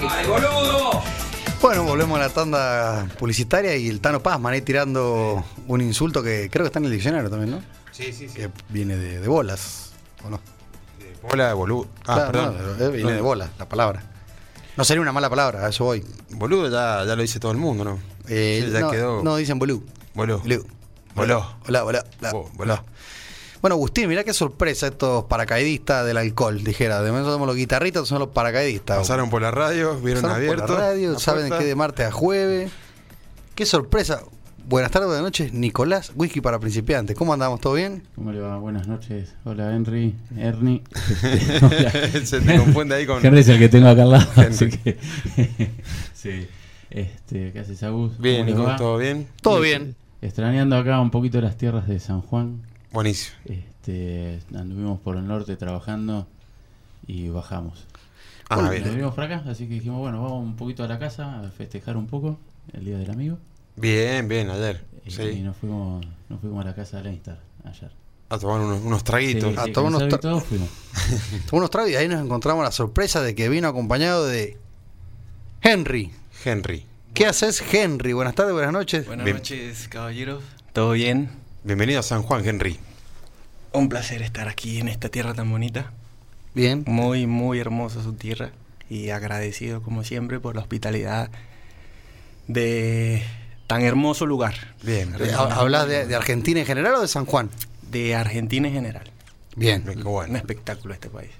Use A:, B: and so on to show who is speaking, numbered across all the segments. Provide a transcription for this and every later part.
A: ¡Dale, boludo!
B: Bueno, volvemos a la tanda publicitaria y el Tano Pazman ahí tirando un insulto que creo que está en el diccionario también, ¿no?
C: Sí, sí, sí.
B: Que viene de, de bolas, ¿o no?
C: Eh, Bola de boludo. Ah,
B: Claro,
C: perdón.
B: no, eh, viene de bolas, la palabra. No sería una mala palabra, a eso voy.
C: Boludo ya, ya lo dice todo el mundo, ¿no?
B: Eh,
C: Sí, ya
B: no,
C: quedó.
B: no, dicen bolú.
C: Bolú.
B: Bolú.
C: Voló.
B: Hola, hola, hola.
C: Vo- voló.
B: Bueno, Agustín, mirá qué sorpresa estos paracaidistas del alcohol, dijera. De momento somos los guitarritos, son los paracaidistas.
C: Pasaron por la radio, vieron
B: Pasaron por
C: abierto.
B: la radio, saben
C: puerta.
B: que de martes a jueves. Qué sorpresa. Buenas tardes, buenas noches. Nicolás, whisky para principiantes. ¿Cómo andamos? ¿Todo bien?
D: ¿Cómo le va? Buenas noches. Hola Henry, Ernie.
C: Se te confunde ahí con-
D: Henry es el que tengo acá al lado.
C: Henry.
D: Así que... sí. Este, ¿Qué haces, Agus?
C: Bien,
D: ¿Cómo les
C: Nico,
D: va?
C: ¿todo bien?
B: Todo bien.
D: Extrañando acá un poquito las tierras de San Juan.
C: Buenísimo.
D: Este, anduvimos por el norte trabajando y bajamos.
C: Ah,
D: Bueno, Nos
B: ¿eh?
C: bien.
D: vinimos para acá, así que dijimos, bueno, vamos un poquito a la casa a festejar un poco el Día del Amigo.
C: Bien, bien, ayer.
D: Y, y
C: Sí.
D: nos fuimos, nos fuimos a la casa de Leinster ayer.
C: A tomar unos, unos traguitos.
D: Sí,
B: a
D: sí,
B: tomar unos
D: cansados y
B: tra-
D: todo, fuimos.
B: Tomó unos tragos y ahí nos encontramos la sorpresa de que vino acompañado de Henry.
C: Ah, Henry.
B: ¿Qué haces, Henry? Buenas tardes, buenas noches.
E: Buenas
C: Bien.
E: noches, caballeros. ¿Todo bien?
C: Bienvenido a San Juan, Henry.
E: Un placer estar aquí en esta tierra tan bonita.
B: Bien.
E: Muy, muy hermosa su tierra. Y agradecido, como siempre, por la hospitalidad de tan hermoso lugar.
C: Bien,
B: Eh, ha- ¿Hablas de, de Argentina en general o de San Juan?
E: De Argentina en general.
B: Bien.
C: Qué
E: Un
C: bueno.
E: espectáculo este país.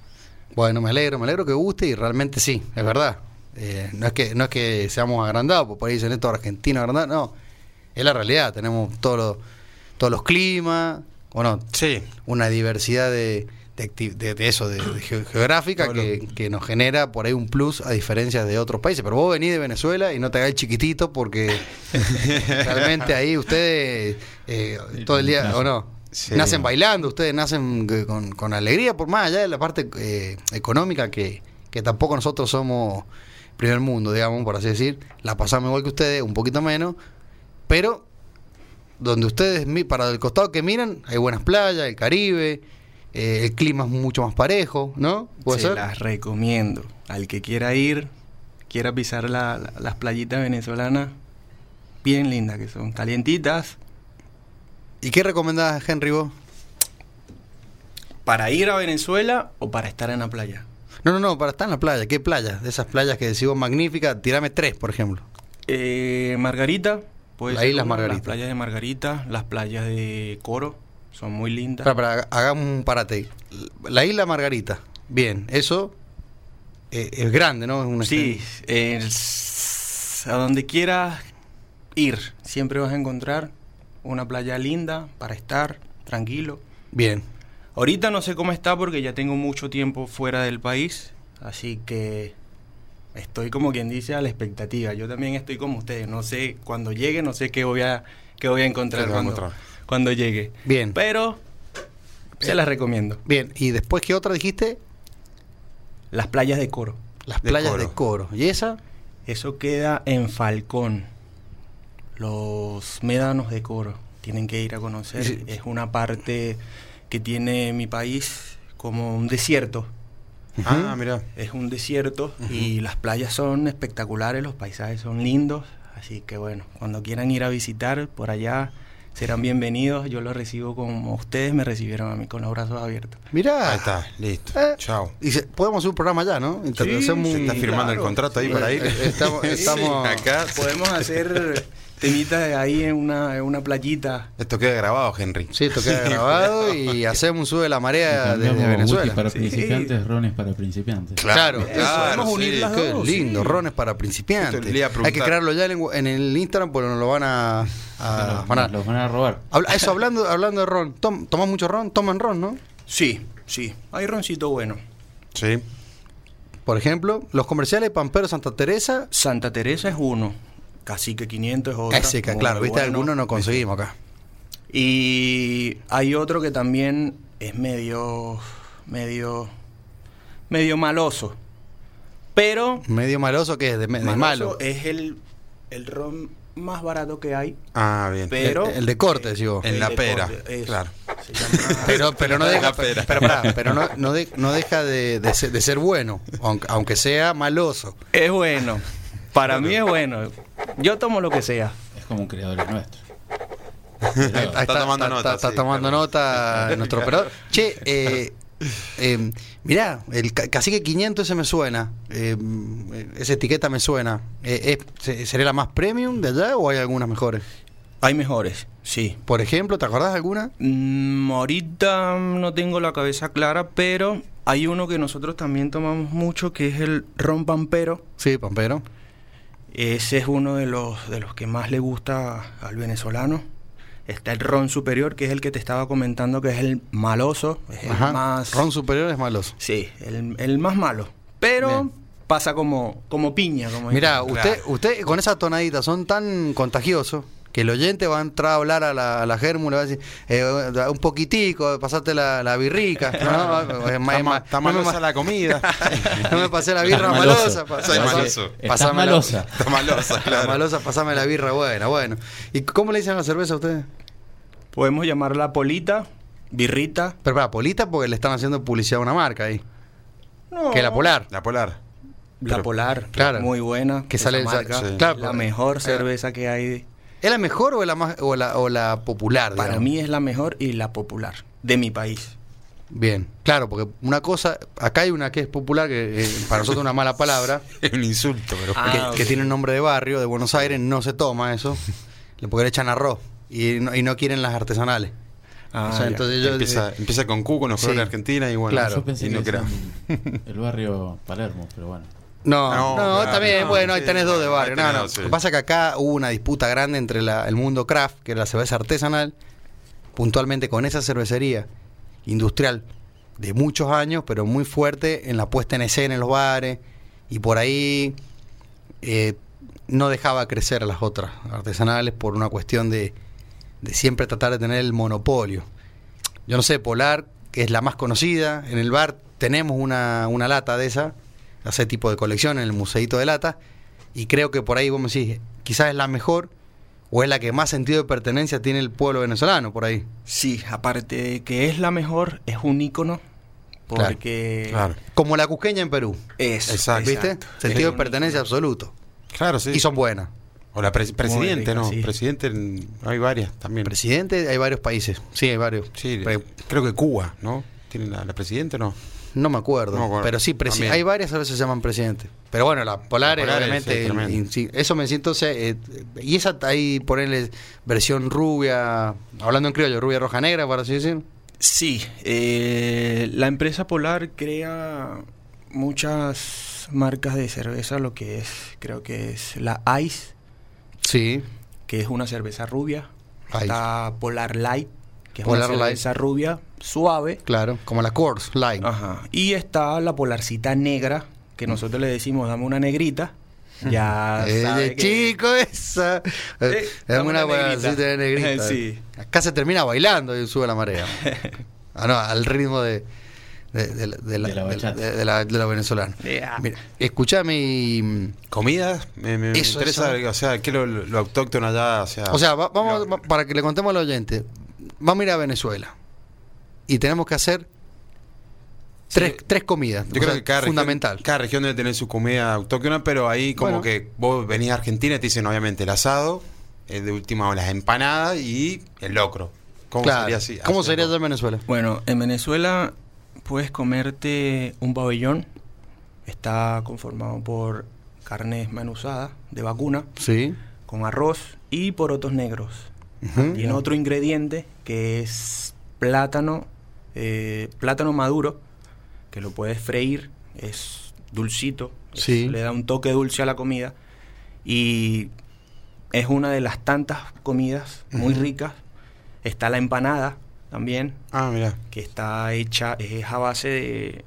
B: Bueno, me alegro, me alegro que guste y realmente sí, es verdad. Eh, no, es que, no es que seamos agrandados, porque por ahí dicen esto argentino, agrandado, no. Es la realidad, tenemos todos los todos los climas, bueno,
C: Sí,
B: una diversidad de, de, acti- de- de eso, de, de ge- geográfica
C: Todo
B: que, que nos genera por ahí un plus a diferencia de otros países. Pero vos venís de Venezuela y no te hagáis chiquitito porque realmente ahí ustedes eh, todo el día, ¿o no?
C: Sí.
B: Nacen bailando, ustedes nacen eh, con, con alegría, por más allá de la parte eh, económica que, que tampoco nosotros somos primer mundo, digamos, por así decir. La pasamos igual que ustedes, un poquito menos, pero donde ustedes, mi- para el costado que miran, hay buenas playas, el Caribe, eh, el clima es mucho más parejo, ¿no? ¿Puede
E: Se
B: ser?
E: las recomiendo. Al que quiera ir, quiera pisar la- la- las playitas venezolanas, bien lindas que son. Calientitas.
B: ¿Y qué recomendás, Henry, vos?
E: Para ir a Venezuela o para estar en la playa.
B: No, no, no, para estar en la playa. ¿Qué playa? De esas playas que decimos magníficas, tirame tres, por ejemplo.
E: Eh, Margarita, pues
B: La isla Margarita.
E: Las playas de Margarita, las playas de Coro, son muy lindas.
B: Para, hagamos un parate. La isla Margarita. Bien, eso eh, es grande, ¿no? Es una
E: sí, eh, s- a donde quieras ir, siempre vas a encontrar una playa linda para estar tranquilo.
B: Bien.
E: Ahorita no sé cómo está porque ya tengo mucho tiempo fuera del país, así que estoy como quien dice a la expectativa. Yo también estoy como ustedes, no sé cuando llegue, no sé qué voy a qué voy a encontrar
C: ¿Qué te va a
E: cuando,
C: encontrar?
E: cuando llegue.
B: Bien.
E: Pero se las recomiendo.
B: Bien, y después, ¿qué otra dijiste?
E: Las playas de Coro.
B: Las
C: De
B: playas
C: Coro.
B: de Coro. ¿Y esa?
E: Eso queda en Falcón. Los médanos de Coro tienen que ir a conocer.
B: Sí.
E: Es una parte que tiene mi país como un desierto.
C: Ah, mira.
E: Es un desierto y las playas son espectaculares, los paisajes son lindos. Así que bueno, cuando quieran ir a visitar por allá, serán bienvenidos. Yo los recibo como ustedes me recibieron a mí, con los brazos abiertos.
B: Mirá.
C: Ahí está, listo.
B: Ah. Eh.
C: Chao.
B: Y se- podemos hacer un programa ya, ¿no? Inter-
E: Sí,
B: hacemos
C: Se
B: un-
C: está firmando el contrato ahí
B: Eh,
C: para ir.
B: eh, estamos- estamos-
C: acá.
E: Podemos hacer temitas ahí en una, en una playita.
C: Esto queda grabado, Henry.
B: Sí, esto queda grabado y hacemos un sube de la marea
D: Cambiamos
B: Ah, desde Venezuela.
D: whisky para
E: Sí.
D: principiantes, rones para principiantes.
B: Claro,
C: Claro,
B: eso, podemos
C: sí.
B: unir las
C: Qué
B: dos,
C: lindo,
B: lindo,
C: sí.
B: rones para principiantes.
C: Esto le iba a
B: Hay
C: preguntar.
B: que crearlo ya en, el- en el Instagram porque nos lo van a, a afanar.
D: Los van a robar.
B: Habla- eso, hablando, hablando de ron, tom- ¿tomás mucho ron? Toman ron, ¿no?
E: Sí, sí. Hay roncito bueno.
C: Sí.
B: Por ejemplo, los comerciales Pampero Santa Teresa,
E: Santa Teresa es uno. Cacique 500 es otro.
B: ese que, claro, viste, algunos no conseguimos acá.
E: Y hay otro que también es medio, medio, medio maloso. Pero
B: Medio maloso que es de, de malo.
E: es el, el ron más barato que hay.
C: Ah, bien.
E: Pero
B: El- el de corte, decís vos.
C: En la
E: de
C: pera,
E: corte, eso.
C: claro.
E: Se llama-
B: Pero, pero no deja,
C: La pera.
B: pero, pará, pero no, no de- no deja de, de ser, de ser bueno, aunque, aunque sea maloso.
E: es bueno. Para mí es bueno. Yo tomo lo que sea.
D: Es como un creador es nuestro.
B: Ahí
C: Está tomando nota,
B: Está,
C: sí,
B: tomando
C: claro.
B: nota nuestro operador. Che, eh, eh, mirá, el ca- cacique 500 ese me suena. eh, esa etiqueta me suena. Eh, es- se- ¿Sería la más premium de allá o hay algunas mejores?
E: Hay mejores, sí.
B: Por ejemplo, ¿te acordás de alguna?
E: Mm, ahorita no tengo la cabeza clara, pero hay uno que nosotros también tomamos mucho, que es el ron pampero.
B: Sí, Pampero.
E: Ese es uno de los, de los que más le gusta al venezolano. Está el ron superior, que es el que te estaba comentando, que es el maloso. Es el
B: Ajá.
E: más...
B: Ron superior es maloso.
E: Sí, el, el más malo. Pero
B: Bien.
E: pasa como, como piña. Como
B: Mirá,
E: dicen.
B: usted, usted con esa tonadita son tan contagiosos que el oyente va a entrar a hablar a la, a la gérmula, va a decir, eh, un poquitico, pasate la, la birrica. No, es más-
C: Está, ma-
B: más-
C: está
B: no me
C: malosa la comida.
B: No me pasé la birra
D: Estás
B: malosa.
D: maloso.
B: pa-
C: Soy
B: pasame-
C: maloso.
D: Estás
B: pasame la-
D: malosa.
C: está malosa,
B: La
C: claro.
B: malosa, pasame la birra buena, bueno. ¿Y cómo le dicen a la cerveza a ustedes?
E: Podemos llamarla polita, birrita.
B: Pero para Polita, porque le están haciendo publicidad a una marca ahí,
E: No.
B: que es la Polar.
C: La polar.
E: La Polar,
B: claro.
E: muy buena.
B: Que
E: esa
B: sale-
E: marca,
B: sa- sí. claro,
E: la
B: porque-
E: mejor cerveza que hay.
B: ¿Es la mejor o es la, más, o la, o la popular?
E: Para
B: digamos?
E: mí es la mejor y la popular de mi país.
B: Bien, claro, porque una cosa, acá hay una que es popular, que eh, para nosotros es una mala palabra,
C: Es un insulto, pero.
E: Ah,
B: que,
E: ok.
B: que tiene un nombre de barrio, de Buenos Aires, no se toma eso, le- porque le echan arroz y no, y no quieren las artesanales.
E: Ah,
B: O sea,
E: ya.
B: entonces yo-
C: Empieza, empieza con Q, con los
B: Sí.
C: colores de Argentina y bueno.
B: Claro.
D: Yo pensé
C: y no
D: que
C: creo.
D: decían el barrio Palermo, pero bueno.
B: No, no,
C: No, claro,
B: también,
C: no,
B: bueno, ahí
C: sí,
B: tenés dos de
C: ahí
B: barrio. No,
C: tenés
B: no.
C: dos, sí.
B: Lo que pasa es que acá hubo una disputa grande entre la- el mundo craft, que era la cerveza artesanal, puntualmente con esa cervecería industrial de muchos años, pero muy fuerte en la puesta en escena en los bares, y por ahí eh, no dejaba crecer a las otras artesanales por una cuestión de, de siempre tratar de tener el monopolio. Yo no sé, Polar, que es la más conocida, en el bar tenemos una, una lata de esa, hace tipo de colección en el museito de lata, y creo que por ahí vos me decís, quizás es la mejor o es la que más sentido de pertenencia tiene el pueblo venezolano por ahí.
E: Sí, aparte de que es la mejor, es un ícono.
B: Claro,
E: Porque.
C: Claro.
B: Como la cusqueña en Perú,
E: Eso,
C: Exacto.
B: ¿viste? Sentido
E: Es
B: de
E: un
B: pertenencia absoluto.
C: Claro, sí.
B: Y son buenas.
C: O la pres- presidente,
E: rica,
C: ¿no?
E: sí.
C: Presidente, en- hay varias también.
B: Presidente, hay varios países. Sí, hay varios.
C: sí,
B: Pre-
C: creo que Cuba, ¿no? ¿Tiene la, la presidente no?
B: no me acuerdo.
C: No me acuerdo.
B: Pero sí, presi-
C: También.
B: hay varias a veces se llaman presidente. Pero bueno, la Polar,
C: La Polar es,
B: obviamente.
C: es tremenda.
B: in- sí, eso me siento. o sea, eh, y esa ahí ponerle versión rubia, hablando en criollo, rubia roja negra, para así decir.
E: Sí, eh, la empresa Polar crea muchas marcas de cerveza, lo que es, creo que es la Ice,
B: Sí.
E: que es una cerveza rubia.
B: Ice.
E: Está Polar Light, que es
B: Polar
E: una
B: Light.
E: cerveza rubia suave.
B: Claro, como la Coors Light.
E: Ajá. Y está la Polarcita negra, que nosotros le decimos, dame una negrita. Ya
B: Eh,
E: sabe que-
B: chico, esa.
E: Eh,
B: es
E: dame
B: una
E: una
B: buena
E: negrita.
B: cita de negrita.
E: Eh, sí.
B: Acá se termina bailando y sube la marea. Ah, no, al ritmo de, de, de la- de la,
D: De la
B: de la-
D: bachata.
B: de la- de la venezolana.
E: Yeah.
B: Mira, escuchame y.
C: ¿Comidas? Me, me- me
B: Eso,
C: interesa,
B: eso.
C: o sea, ¿qué lo, lo autóctono allá? O sea,
B: O sea, va- vamos, va- para que le contemos al oyente, vamos a ir a Venezuela y tenemos que hacer tres, tres comidas.
C: yo
B: o
C: creo
B: sea,
C: que cada región-
B: fundamental.
C: cada región debe tener su comida autóctona, pero ahí como
B: Bueno.
C: que vos venís a Argentina y te dicen obviamente el asado, el de última o las empanadas y el locro. ¿Cómo
B: Claro.
C: sería así?
B: ¿Cómo
C: Así,
B: sería
C: ¿no?
B: allá en Venezuela?
E: Bueno, en Venezuela puedes comerte un pabellón. Está conformado por carne desmenuzada de vacuna
B: Sí.
E: con arroz y porotos negros.
B: Ujú.
E: Tiene otro ingrediente que es plátano, eh, plátano maduro, que lo puedes freír, es dulcito, es-
B: Sí.
E: le da un toque dulce a la comida y es una de las tantas comidas muy ricas. Está la empanada también,
C: Ah, mira.
E: que está hecha, es a base de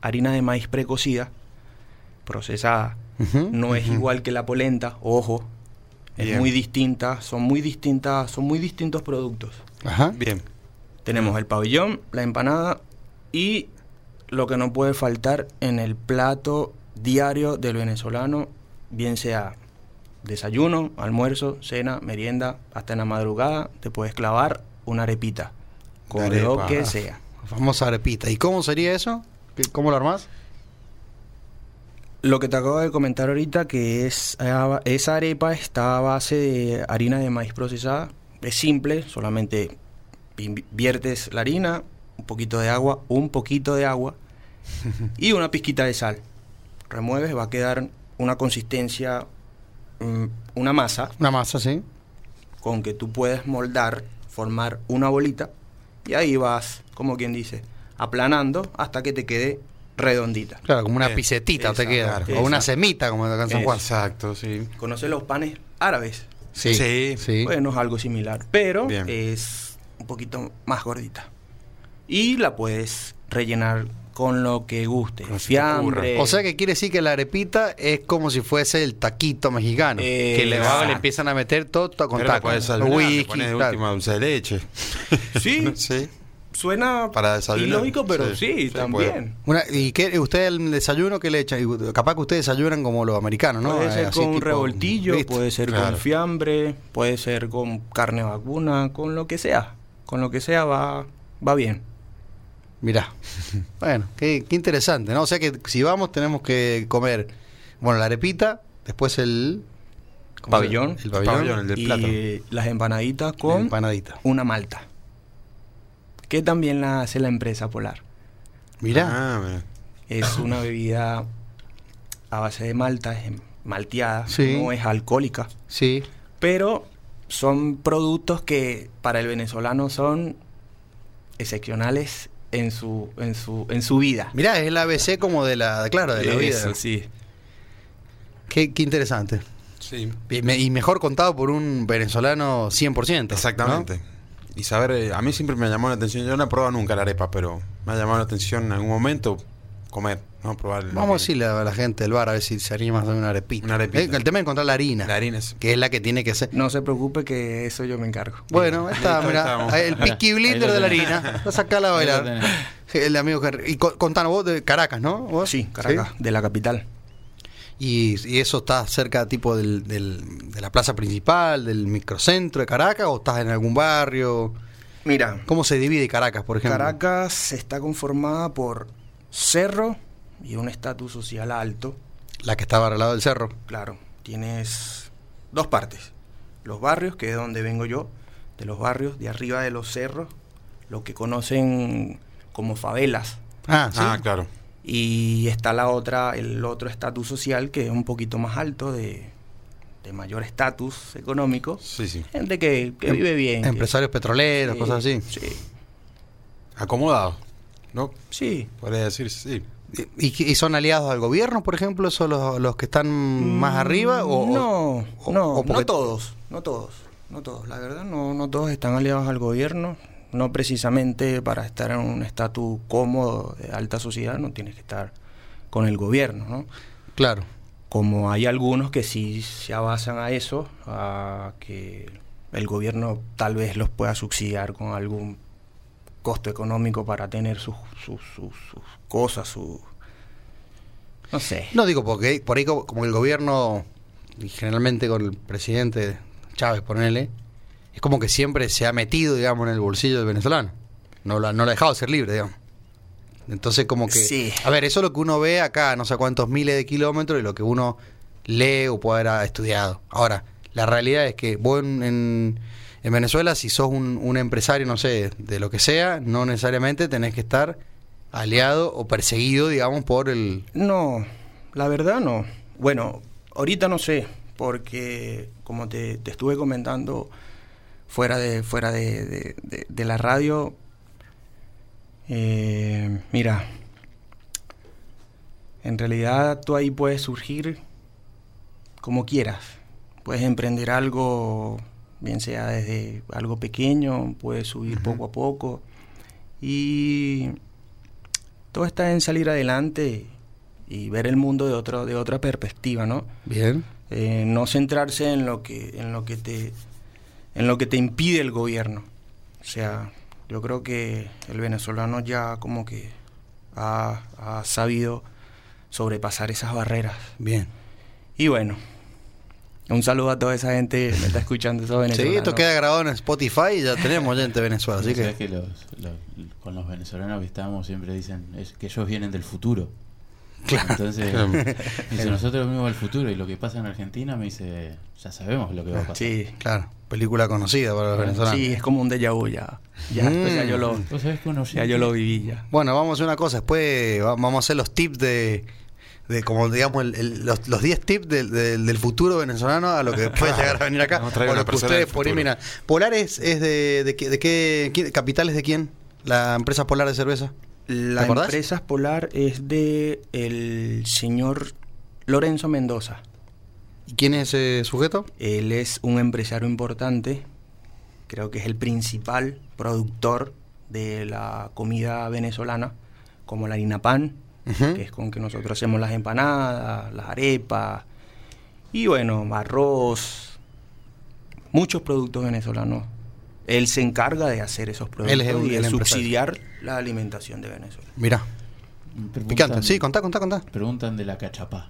E: harina de maíz precocida, procesada.
B: Ujú.
E: No es igual que la polenta, ojo. Es
C: Bien.
E: muy distinta, son muy distintas, son muy distintos productos.
B: Ajá.
C: Bien.
E: Tenemos el pabellón, la empanada y lo que no puede faltar en el plato diario del venezolano, bien sea desayuno, almuerzo, cena, merienda, hasta en la madrugada, te puedes clavar una arepita. con
C: La
E: lo
C: arepa.
E: que sea.
B: La famosa arepita. ¿Y cómo sería eso? ¿Qué- ¿Cómo lo armás?
E: Lo que te acabo de comentar ahorita, que es a- esa arepa está a base de harina de maíz procesada. Es simple, solamente invi- viertes la harina, un poquito de agua, un poquito de agua y una pizquita de sal. Remueves, va a quedar una consistencia, mm, una masa
B: Una masa, sí.
E: con que tú puedes moldar, formar una bolita y ahí vas, como quien dice, aplanando hasta que te quede redondita.
B: Claro, como una
C: Eh,
B: pisetita te
E: esa,
B: queda.
C: claro,
B: o una
E: esa.
B: semita, como acá en San
E: Esa.
B: Juan.
C: Exacto, sí.
E: ¿Conoces los panes árabes?
B: Sí.
C: Sí.
B: sí.
E: Bueno, es algo similar, pero
C: Bien.
E: es un poquito más gordita. Y la puedes rellenar con lo que guste.
C: Con lo que se te
E: Fiambre.
B: O sea que quiere decir que la arepita es como si fuese el taquito mexicano.
E: Eh,
B: que le, va- le
E: exacto.
B: empiezan a meter todo ta- con
C: Pero la
B: taco.
C: podés saludar, le
B: Whisky,
C: pones de
B: claro.
C: última dulce de leche.
E: Sí,
C: sí.
E: suena
C: Para desayunar.
E: ilógico,
C: Sí,
E: pero sí,
C: sí, puede.
E: también.
B: Una- ¿Y qué, usted el desayuno que le echa? Y Capaz que ustedes desayunan como los americanos, ¿no?
E: puede
B: Eh,
E: ser
B: así
E: con un
B: tipo-
E: revoltillo,
B: ¿viste?
E: puede ser
C: Claro.
E: con fiambre, puede ser con carne vacuna, con lo que sea. Con lo que sea va, va bien.
B: Mirá. bueno, qué, qué interesante, ¿no? O sea que si vamos tenemos que comer, bueno, la arepita, después el... ¿cómo se llama?
E: Pabellón.
B: El pabellón.
C: Pabellón, el del
E: y
C: plátano.
E: las empanaditas
B: la
E: con
B: empanadita.
E: una malta. Que también la hace la empresa Polar.
B: Mirá.
C: Ah, mira.
E: Es una bebida a base de malta, es malteada,
B: Sí.
E: no es alcohólica,
B: Sí.
E: pero son productos que para el venezolano son excepcionales en su en su en su vida.
B: Mirá, es el ABC como de la, claro, de la vida.
E: Eso, sí.
B: Qué, qué interesante.
C: Sí.
B: Y, me- y mejor contado por un venezolano 100%. ¿no?
C: Exactamente. Y saber, eh, a mí siempre me llamó la atención, yo no he probado nunca la arepa, pero me ha llamado la atención en algún momento comer, ¿no? Probar. lo
B: Vamos a
C: que-
B: decirle a la gente del bar a ver si se anima a hacer una arepita.
C: Una arepita.
B: Eh, El tema es encontrar la harina,
C: La harina es...
B: que es la que tiene que ser.
E: No se preocupe que eso yo me encargo.
B: Bueno, ahí está,
C: Listo,
B: mira,
C: estamos.
B: el piqui
D: Ahí lo
B: blinder de la
D: tenés.
B: harina. Lo sacala a
D: Ahí lo
B: bailar. El amigo Henry. Y co- contanos vos de Caracas, ¿no? ¿Vos?
E: Sí, Caracas, de la capital.
B: ¿Y, y eso está cerca tipo del, del- de la plaza principal, del microcentro de Caracas, o estás en algún barrio?
E: Mira,
B: ¿Cómo se divide Caracas, por ejemplo?
E: Caracas está conformada por cerro y un estatus social alto.
B: La que estaba al lado del cerro.
E: Claro, tienes dos partes. Los barrios, que es donde vengo yo, de los barrios de arriba de los cerros, lo que conocen como favelas.
B: Ah, sí.
C: Ah, claro.
E: Y está la otra, el otro estatus social, que es un poquito más alto, de, de mayor estatus económico.
C: Sí, sí.
E: Gente que, que
B: Em-
E: vive bien. que-
B: Empresarios petroleros,
E: sí,
B: cosas así.
E: Sí,
C: Acomodado, ¿no?
E: sí.
C: Podría decir, sí.
B: ¿Y, que- y son aliados al gobierno, por ejemplo? ¿Son los, los que están más
E: Mm,
B: arriba? O, o-
E: no,
B: o-
E: no,
B: o porque-
E: no todos, no todos, no todos. La verdad, no, no todos están aliados al gobierno. No precisamente para estar en un estatus cómodo de alta sociedad, no tienes que estar con el gobierno, ¿no?
B: Claro.
E: Como hay algunos que sí se abasan a eso, a que el gobierno tal vez los pueda subsidiar con algún costo económico para tener sus, sus, sus, sus cosas, sus... No sé.
B: No digo porque por ahí como, como el gobierno, y generalmente con el presidente Chávez, ponele, es como que siempre se ha metido, digamos, en el bolsillo del venezolano. No lo, ha- no lo ha dejado ser libre, digamos. Entonces como que...
E: Sí.
B: A ver, eso es lo que uno ve acá, no sé cuántos miles de kilómetros y lo que uno lee o puede haber estudiado. Ahora, la realidad es que vos en, en- en Venezuela, si sos un, un empresario, no sé, de lo que sea, no necesariamente tenés que estar aliado o perseguido, digamos, por el...
E: No, la verdad no. Bueno, ahorita no sé, porque como te, te estuve comentando fuera de, fuera de, de- de- de la radio, eh, mira, en realidad tú ahí puedes surgir como quieras. Puedes emprender algo, bien sea desde algo pequeño, puedes subir poco a poco. Y todo está en salir adelante y ver el mundo de otra de otra perspectiva no
B: Bien.
E: Eh, no centrarse en lo que en lo que te en lo que te impide el gobierno o sea yo creo que el venezolano ya como que ha, ha sabido sobrepasar esas barreras
B: Bien.
E: y bueno Un saludo a toda esa gente que me está escuchando, esos venezolanos.
B: Sí, esto queda grabado en Spotify y ya tenemos gente de Venezuela, así
D: O sea
B: que...
D: que los- los- con los venezolanos que estamos siempre dicen es que ellos vienen del futuro.
B: Claro.
D: Entonces,
C: Claro.
D: dice, nosotros venimos del futuro y lo que pasa en Argentina me dice, ya sabemos lo que va a pasar.
E: Sí,
B: Claro, película conocida para los venezolanos.
E: sí, es como un déjà vu ya. Ya, pues, ya yo lo,
B: Mm.
D: Vos sabés que un
E: ya
D: oyente-
E: yo lo viví ya.
B: Bueno, vamos a hacer una cosa, después va- vamos a hacer los tips de, de como digamos, el- el- los los 10 tips del, del- del futuro venezolano a lo que puede llegar a venir acá.
C: Vamos a
B: O
C: traer
B: lo
C: una
B: que
C: persona del
B: ustedes por ahí,
C: futuro.
B: mira. Polar es, es de, de, qué- de qué, quién- capital es de quién? La empresa Polar de cerveza.
E: La
B: acordás?
E: empresa Polar es de el señor Lorenzo Mendoza.
B: ¿Y quién es ese sujeto?
E: Él es un empresario importante, creo que es el principal productor de la comida venezolana, como la harina pan,
B: Ujú.
E: que es con que nosotros hacemos las empanadas, las arepas, y bueno, arroz, muchos productos venezolanos. Él se encarga de hacer esos productos
B: Él es el-
E: y de
B: el empresario.
E: subsidiar la alimentación de Venezuela.
B: Mira,
D: me preguntan-
B: picante. Sí, contá, contá, contá.
D: Preguntan de la cachapá.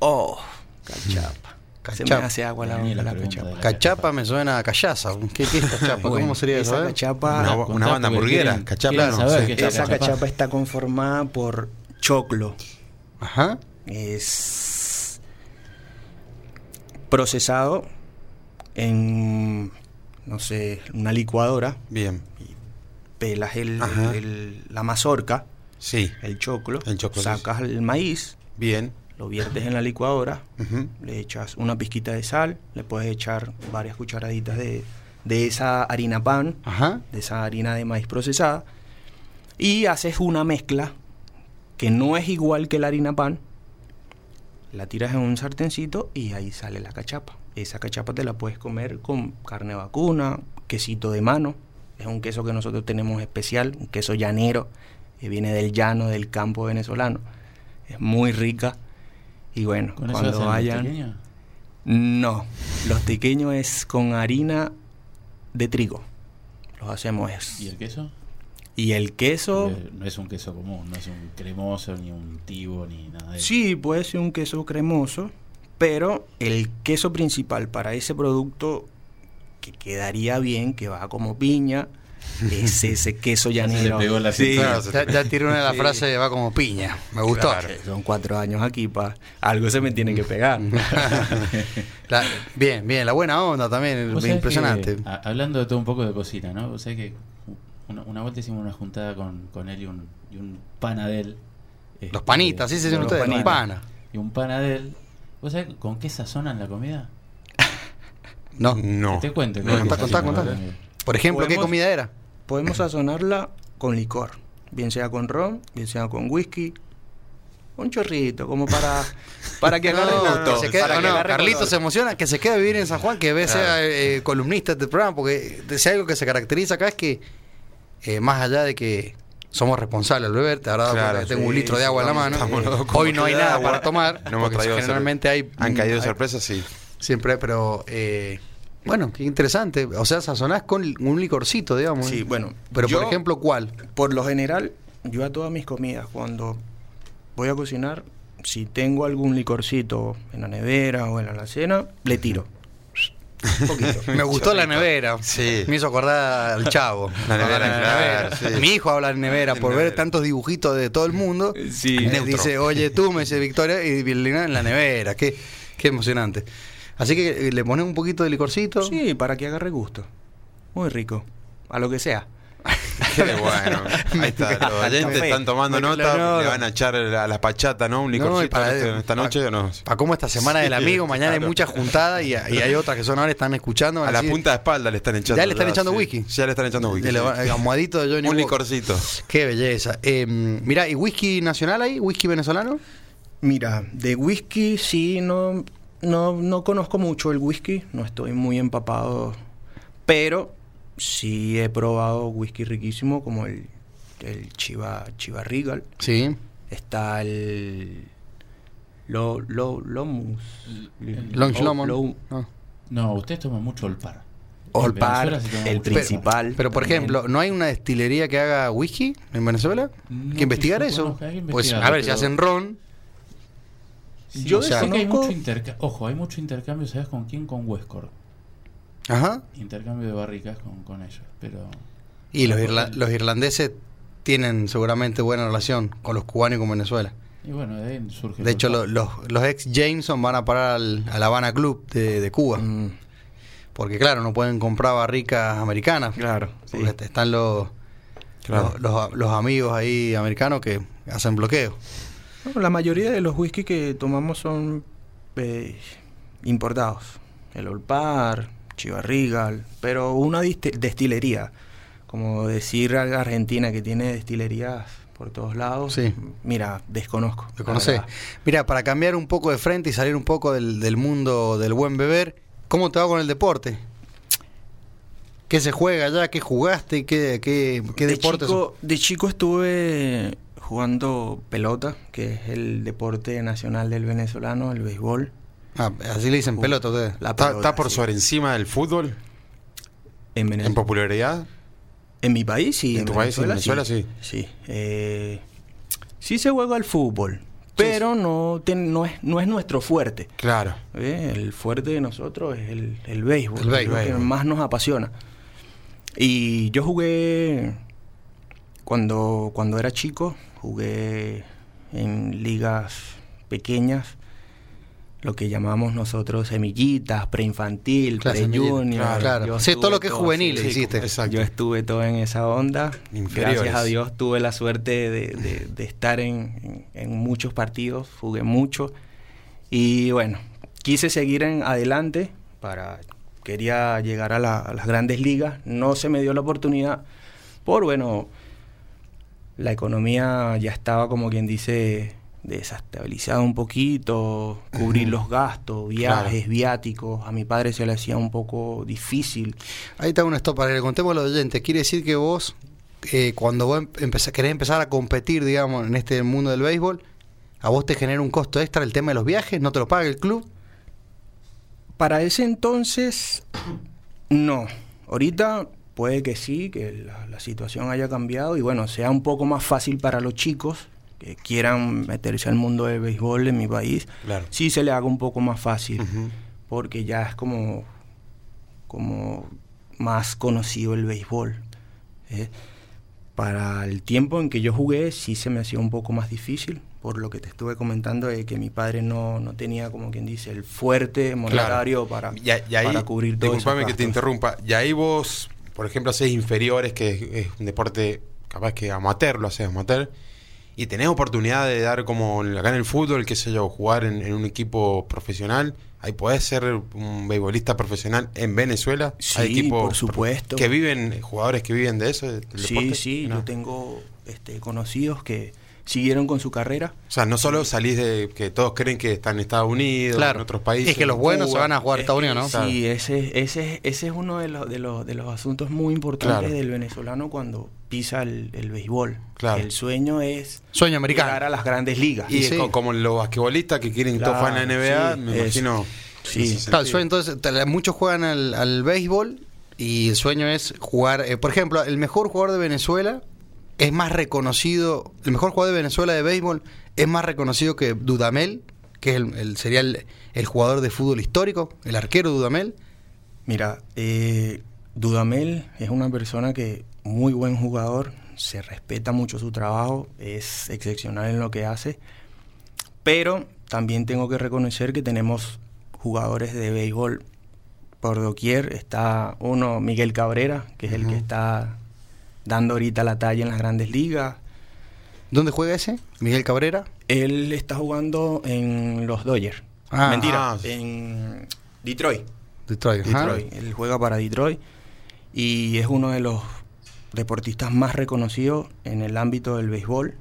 E: Oh, cachapa. Se
B: Cachapa.
E: me hace agua la,
D: Daniela
E: la
D: pregunta
E: cachapa.
D: de la
B: Cachapa me suena a callaza. ¿Qué, qué es cachapa?
E: Bueno,
B: ¿Cómo sería eso?
E: esa
B: eh?
E: cachapa?
C: Una,
D: contá,
C: una banda
D: porque
C: hamburguera,
D: quieren-
C: cachapa,
D: quieren
C: no
D: saber
C: sé.
D: qué es la
E: Esa
D: cachapa.
E: cachapa está conformada por choclo.
B: Ajá.
E: Es procesado en, no sé, una licuadora.
C: Bien,
E: Pelas el-
C: Ajá.
E: el- la mazorca,
C: sí,
E: el choclo,
C: El choclo, sí,
E: sacas el maíz,
C: bien.
E: lo viertes en la licuadora,
C: ujú.
E: le echas una pizquita de sal, le puedes echar varias cucharaditas de, de esa harina pan,
B: Ajá.
E: de esa harina de maíz procesada y haces una mezcla que no es igual que la harina pan. La tiras en un sartencito y ahí sale la cachapa. Esa cachapa te la puedes comer con carne vacuna, quesito de mano. Es un queso que nosotros tenemos especial, un queso llanero, que viene del llano, del campo venezolano. Es muy rica. Y bueno,
D: ¿Con eso hacen
E: cuando
D: los
E: vayan...
D: tequeños?
E: No, los tequeños es con harina de trigo. Los hacemos es.
D: ¿Y el queso?
E: Y el queso.
D: Eh, No es un queso común, no es un cremoso, ni un tibo, ni nada de eso.
E: Sí, puede ser un queso cremoso, pero el queso principal para ese producto que quedaría bien, que va como piña, es ese queso
D: Ya se
E: llanero.
D: le pegó la
E: Sí,
B: Claro,
C: sí.
B: ya, ya tiré una de las
E: Sí.
B: frases, va como piña. Me gustó.
E: Son cuatro años aquí, pa. Algo se me tiene que pegar.
B: La- bien, bien, la buena onda también,
D: Vos sabés
B: impresionante.
D: que, a- hablando de todo un poco de cocina, ¿no? Vos sabés que una, una vuelta hicimos una juntada con, con él y un, y un pana de él.
B: Los
D: este,
B: panitas, así se dicen
E: los
B: ustedes, los
E: panitas.
B: panas.
D: Y un pana de él. ¿Vos sabés con qué sazonan la comida?
B: No.
C: No.
D: Te cuento.
B: No, contá, contá,
D: sazonan la
B: contá.
D: comida.
B: Por ejemplo, ¿qué
E: Podemos-
B: comida era?
E: Podemos sazonarla con licor, bien sea con ron, bien sea con whisky, un chorrito, como para, para que agarre
B: No,
E: gusto,
B: que se quede-
E: para que
B: no,
E: agarre
B: Carlitos se
E: color.
B: emociona, que se quede a vivir en San Juan, que ve- sea eh, columnista de este programa, porque de- si algo que se caracteriza acá es que, eh, más allá de que somos responsables al beber, te habrá dado
C: Claro,
B: cuenta que tengo
E: sí,
B: un litro de
E: sí,
B: agua en la
E: estamos-
B: mano,
C: estamos los dos con
B: hoy no hay
C: botella de
B: nada
C: agua.
B: para tomar,
C: No hemos
B: porque
C: traído
B: generalmente hay...
C: Han caído
B: hay-
C: sorpresas, sí.
B: Siempre, pero eh, bueno, qué interesante. O sea, sazonás con li- un licorcito, digamos. ¿eh?
E: Sí, bueno,
B: Pero
E: yo-
B: por ejemplo, ¿cuál?
E: Por lo general, yo a todas mis comidas, cuando voy a cocinar, si tengo algún licorcito en la nevera o en la alacena, le tiro. Un poquito.
B: Me gustó la nevera.
C: Sí.
B: Me hizo acordar al chavo.
C: La nevera,
B: Habla de
C: claro, sí.
B: Mi hijo habla de nevera por ver tantos dibujitos de todo el mundo.
E: Sí.
B: Él
C: Neutro.
B: dice, oye tú, me dice Victoria, y Vilina en la nevera. Qué, qué emocionante. Así que eh, le pones un poquito de licorcito.
E: Sí, para que agarre gusto. Muy rico. A lo que sea.
C: Qué bueno. Ahí está. Los oyentes
E: Café.
C: están tomando
B: Bueno,
C: nota.
B: no, no.
C: Le van a echar a la pachata, ¿no? Un licorcito
B: y para-
C: este- esta noche. o no?
B: Pa' como esta semana del amigo, mañana hay
C: claro.
B: muchas juntadas y, y hay otras que son ahora están escuchando. van
C: A la
B: decir,
C: punta de espalda le están echando.
B: Ya le están echando
C: sí.
B: whisky.
C: Ya le están echando whisky.
B: de
C: sí.
B: la- almohadito de Johnny
C: Un
B: Walker.
C: licorcito.
B: Qué belleza. Eh, mirá, ¿y whisky nacional ahí? ¿Whisky venezolano?
E: Mira, de whisky sí, no, no, no conozco mucho el whisky, no estoy muy empapado, pero sí he probado whisky riquísimo como el, el Chiva, Chiva Regal,
B: Sí.
E: está el lo, lo, Lomus,
B: Long Ah. Lomond.
E: Oh, Lo-
B: No.
D: No, ustedes toman mucho olpar.
E: Old
D: En
E: Parr,
D: Venezuela se toma
E: el
D: mucho
E: principal.
B: Pero, por
E: también.
B: ejemplo, ¿no hay una destilería que haga whisky en Venezuela?
D: No,
B: ¿Hay que investigar
D: que yo
B: eso?
D: conozca, hay que
B: pues, a
D: investigarlo,
B: ver, si
D: pero-
B: hacen ron,
D: olpar. Sí,
E: Yo
D: o sea, sé que hay
E: desconozco-
D: mucho intercambio. Ojo, hay mucho intercambio, ¿sabes con quién? Con Westcor.
B: Ajá.
D: Intercambio de barricas con, con ellos. Pero.
B: Y los, irla- los irlandeses tienen seguramente buena relación con los cubanos y con Venezuela.
D: Y bueno, de ahí surge.
B: De
D: el
B: hecho, lo-
D: contacto.
B: los, los ex Jameson van a parar al, al Habana Club de, de Cuba.
E: Mm,
B: Porque, claro, no pueden comprar barricas americanas.
E: claro, sí.
B: Porque te- están los,
C: Claro.
B: los, los- los amigos ahí americanos que hacen bloqueo.
E: No, la mayoría de los whisky que tomamos son eh, importados. El Olpar, Chivarrigal, pero una diste- destilería. Como decir a Argentina que tiene destilerías por todos lados.
B: Sí.
E: Mira, desconozco.
B: ¿Lo
E: la
B: conocés?
E: verdad.
B: Mira, para cambiar un poco de frente y salir un poco del, del mundo del buen beber, ¿cómo te va con el deporte? ¿Qué se juega allá? ¿Qué jugaste? ¿Qué, qué, qué
E: de
B: deportes?
E: Chico, de chico estuve jugando pelota, que es el deporte nacional del venezolano, el béisbol.
B: Ah, así le dicen pelota a ustedes.
E: uh, La
C: ¿Está,
E: pelota,
C: está por
E: sí.
C: sobre encima del fútbol
E: En Venezuela.
C: en popularidad?
E: En mi país sí.
C: En tu país, en Venezuela,
E: Sí. Sí, eh, sí se juega al fútbol, pero no, ten- no, es, no es nuestro fuerte.
C: Claro.
E: ¿eh? El fuerte de nosotros es el, el béisbol,
B: El béisbol.
E: es lo que más nos apasiona. Y yo jugué, cuando, cuando era chico, jugué en ligas pequeñas, lo que llamamos nosotros semillitas, preinfantil,
B: Claro, semillita,
E: pre-junior.
B: claro.
E: Yo
B: Sí, todo lo
E: estuve
B: que es
E: todo,
B: juvenil
E: sí,
B: hiciste.
C: Exacto.
E: yo estuve todo en esa onda.
C: Inferiores.
E: Gracias a Dios tuve la suerte de, de- de estar en, en- en muchos partidos, jugué mucho. Y bueno, quise seguir en adelante para quería llegar a, la- a las grandes ligas. No se me dio la oportunidad por, bueno, la economía ya estaba como quien dice desestabilizada un poquito, cubrir los gastos, viajes, viáticos. A mi padre se le hacía un poco difícil.
B: Ahí está un stop para que le contemos a los oyentes. Quiere decir que vos, eh, cuando vos empe- empezás- querés empezar a competir, digamos, en este mundo del béisbol, a vos te genera un costo extra el tema de los viajes, no te lo paga el club.
E: Para ese entonces, no. Ahorita puede que sí, que la, la situación haya cambiado y bueno, sea un poco más fácil para los chicos que quieran meterse al mundo del béisbol en mi país.
C: Claro.
E: Sí se le haga un poco más fácil,
C: Ujú.
E: porque ya es como, como más conocido el béisbol. ¿eh? Para el tiempo en que yo jugué, sí se me hacía un poco más difícil, por lo que te estuve comentando de que mi padre no, no tenía, como quien dice, el fuerte monetario para,
C: Y a- y ahí,
E: para cubrir todo
C: Disculpame que te interrumpa. Y ahí vos, por ejemplo, haces inferiores, que es, es un deporte capaz que amateur, lo haces amateur. Y tenés oportunidad de dar como el- acá en el fútbol, qué sé yo, jugar en, en un equipo profesional. Ahí podés ser un beisbolista profesional en Venezuela.
E: Sí,
C: Hay equipos
E: por supuesto.
C: Que viven, jugadores que viven de eso. del
E: Sí,
C: deporte.
E: sí,
C: No.
E: yo tengo este, conocidos que siguieron con su carrera.
C: O sea, no solo salís de que todos creen que están en Estados Unidos, en otros países.
B: Es que los
C: en
B: buenos se
C: Cuba.
B: van a jugar a
E: Es
B: Estados
E: que
B: Unidos, ¿no?
E: Eh, Sí, ese, ese, ese es uno de los, de los, de los asuntos muy importantes
C: Claro.
E: del venezolano cuando pisa el, el béisbol.
C: Claro.
E: El sueño es
B: Sueño
E: llegar
B: americano.
E: a las grandes ligas.
C: Y
B: Y sí.
C: co- como los basquetbolistas que quieren
E: Claro,
C: topar en la NBA,
E: sí,
C: me
E: es-
C: imagino.
E: sí.
C: en ese
B: Claro, el
C: sentido.
B: sueño, entonces, tal- muchos juegan al, al béisbol y el sueño es jugar. eh, por ejemplo, el mejor jugador de Venezuela es más reconocido. El mejor jugador de Venezuela de béisbol es más reconocido que Dudamel, que es el, el- sería el, el jugador de fútbol histórico, el arquero Dudamel.
E: Mira, eh, Dudamel es una persona que muy buen jugador, se respeta mucho su trabajo, es excepcional en lo que hace, pero también tengo que reconocer que tenemos jugadores de béisbol por doquier. Está uno, Miguel Cabrera, que es el que está dando ahorita la talla en las grandes ligas.
B: ¿Dónde juega ese? Miguel Cabrera.
E: Él está jugando en los Dodgers.
B: Ah.
E: Mentira,
C: Ah.
E: en Detroit.
B: Detroit. ajá.
E: Detroit. Él juega para Detroit y es uno de los deportistas más reconocidos en el ámbito del béisbol.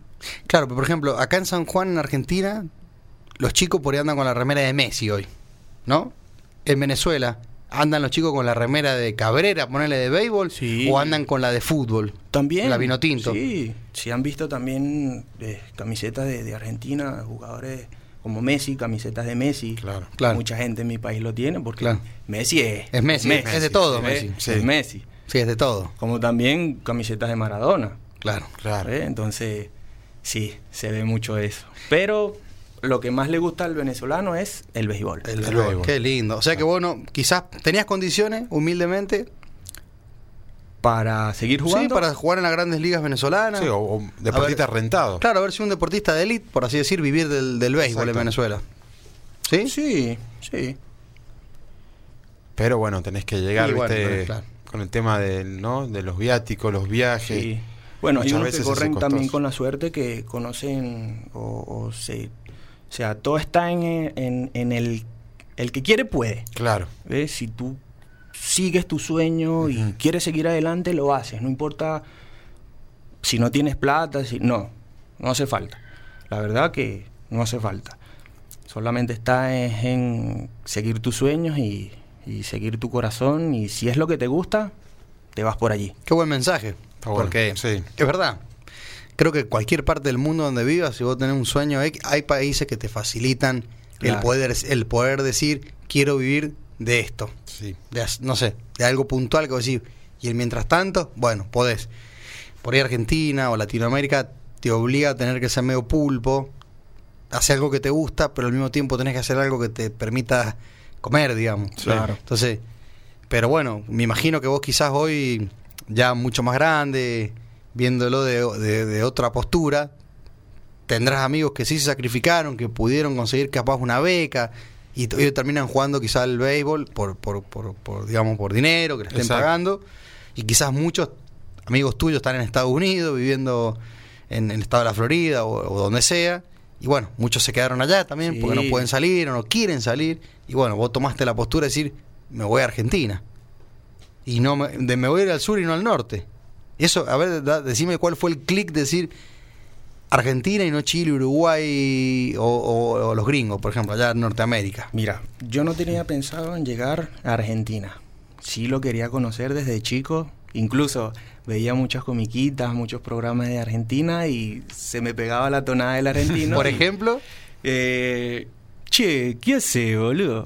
B: Claro, pero por ejemplo, acá en San Juan, en Argentina, los chicos por ahí andan con la remera de Messi hoy, ¿no? En Venezuela, andan los chicos con la remera de Cabrera, ponerle de béisbol,
E: Sí.
B: o andan con la de fútbol.
E: También.
B: La Vinotinto.
E: Sí. Se han visto también eh, camisetas de, de Argentina, jugadores como Messi, camisetas de Messi.
C: Claro.
B: Claro.
E: Mucha gente en mi país lo tiene porque
B: Claro.
E: Messi es.
B: Es Messi, es de todo,
E: ¿eh?
B: Messi,
E: Es
C: sí.
E: Messi.
B: Sí, es de todo,
E: Como también camisetas de Maradona.
B: claro.
C: Claro.
E: ¿eh? Entonces, sí, se ve mucho eso. Pero lo que más le gusta al venezolano es el béisbol.
B: El
C: El
B: béisbol. Ah.
C: béisbol.
B: Qué lindo. O sea que bueno, quizás tenías condiciones, humildemente,
E: Para seguir
B: sí,
E: jugando.
B: para jugar en las grandes ligas venezolanas.
C: Sí, o, o deportista rentado.
B: Claro, a ver si un deportista de élite, por así decir, vivir del, del béisbol en
C: Exacto.
B: Venezuela. ¿Sí?
E: Sí, sí.
C: Pero bueno, tenés que llegar,
B: Y bueno,
C: viste,
B: pero claro.
C: con el tema del, ¿no? de los viáticos, los viajes.
E: Sí. Bueno, hay
C: Muchas
E: unos que
C: veces es
E: corren también
C: costoso.
E: con la suerte que conocen o, o se... O sea, todo está en, en- en el... El que quiere puede.
C: Claro.
E: ¿Ves? Si tú sigues tu sueño y quieres seguir adelante, lo haces. No importa si no tienes plata, si... No, no hace falta. La verdad que no hace falta. Solamente está en, en seguir tus sueños y, y seguir tu corazón. Y si es lo que te gusta, te vas por allí.
B: Qué buen mensaje.
C: Está bueno,
B: Porque
C: sí.
B: es verdad. Creo que cualquier parte del mundo donde vivas, si vos tenés un sueño, hay, hay países que te facilitan el,
E: Claro.
B: poder, el poder decir, quiero vivir de esto.
C: Sí.
B: de, as- no sé, de algo puntual que vos decís, y el mientras tanto, bueno, podés. Por ahí Argentina o Latinoamérica te obliga a tener que ser medio pulpo, hacer algo que te gusta, pero al mismo tiempo tenés que hacer algo que te permita comer, digamos.
C: Sí. Claro.
B: Entonces, pero bueno, me imagino que vos quizás hoy, ya mucho más grande, viéndolo de, de- de otra postura, tendrás amigos que sí se sacrificaron, que pudieron conseguir capaz una beca y t- ellos terminan jugando quizás el béisbol por, por, por, por, digamos, por dinero que le estén
C: Exacto.
B: pagando. Y quizás muchos amigos tuyos están en Estados Unidos, viviendo en, en el estado de la Florida o, o donde sea. Y bueno, muchos se quedaron allá también porque no
E: Sí.
B: pueden salir o no quieren salir. Y bueno, vos tomaste la postura de decir, me voy a Argentina. Y no me, de- me voy a ir al sur y no al norte. Eso, a ver, da- decime cuál fue el clic de decir Argentina y no Chile, Uruguay o, o- o los gringos, por ejemplo, allá en Norteamérica.
E: Mira, yo no tenía pensado en llegar a Argentina. Sí lo quería conocer desde chico. Incluso veía muchas comiquitas, muchos programas de Argentina y se me pegaba la tonada del argentino.
B: por
E: y,
B: ejemplo,
E: eh, che, ¿qué hace, boludo?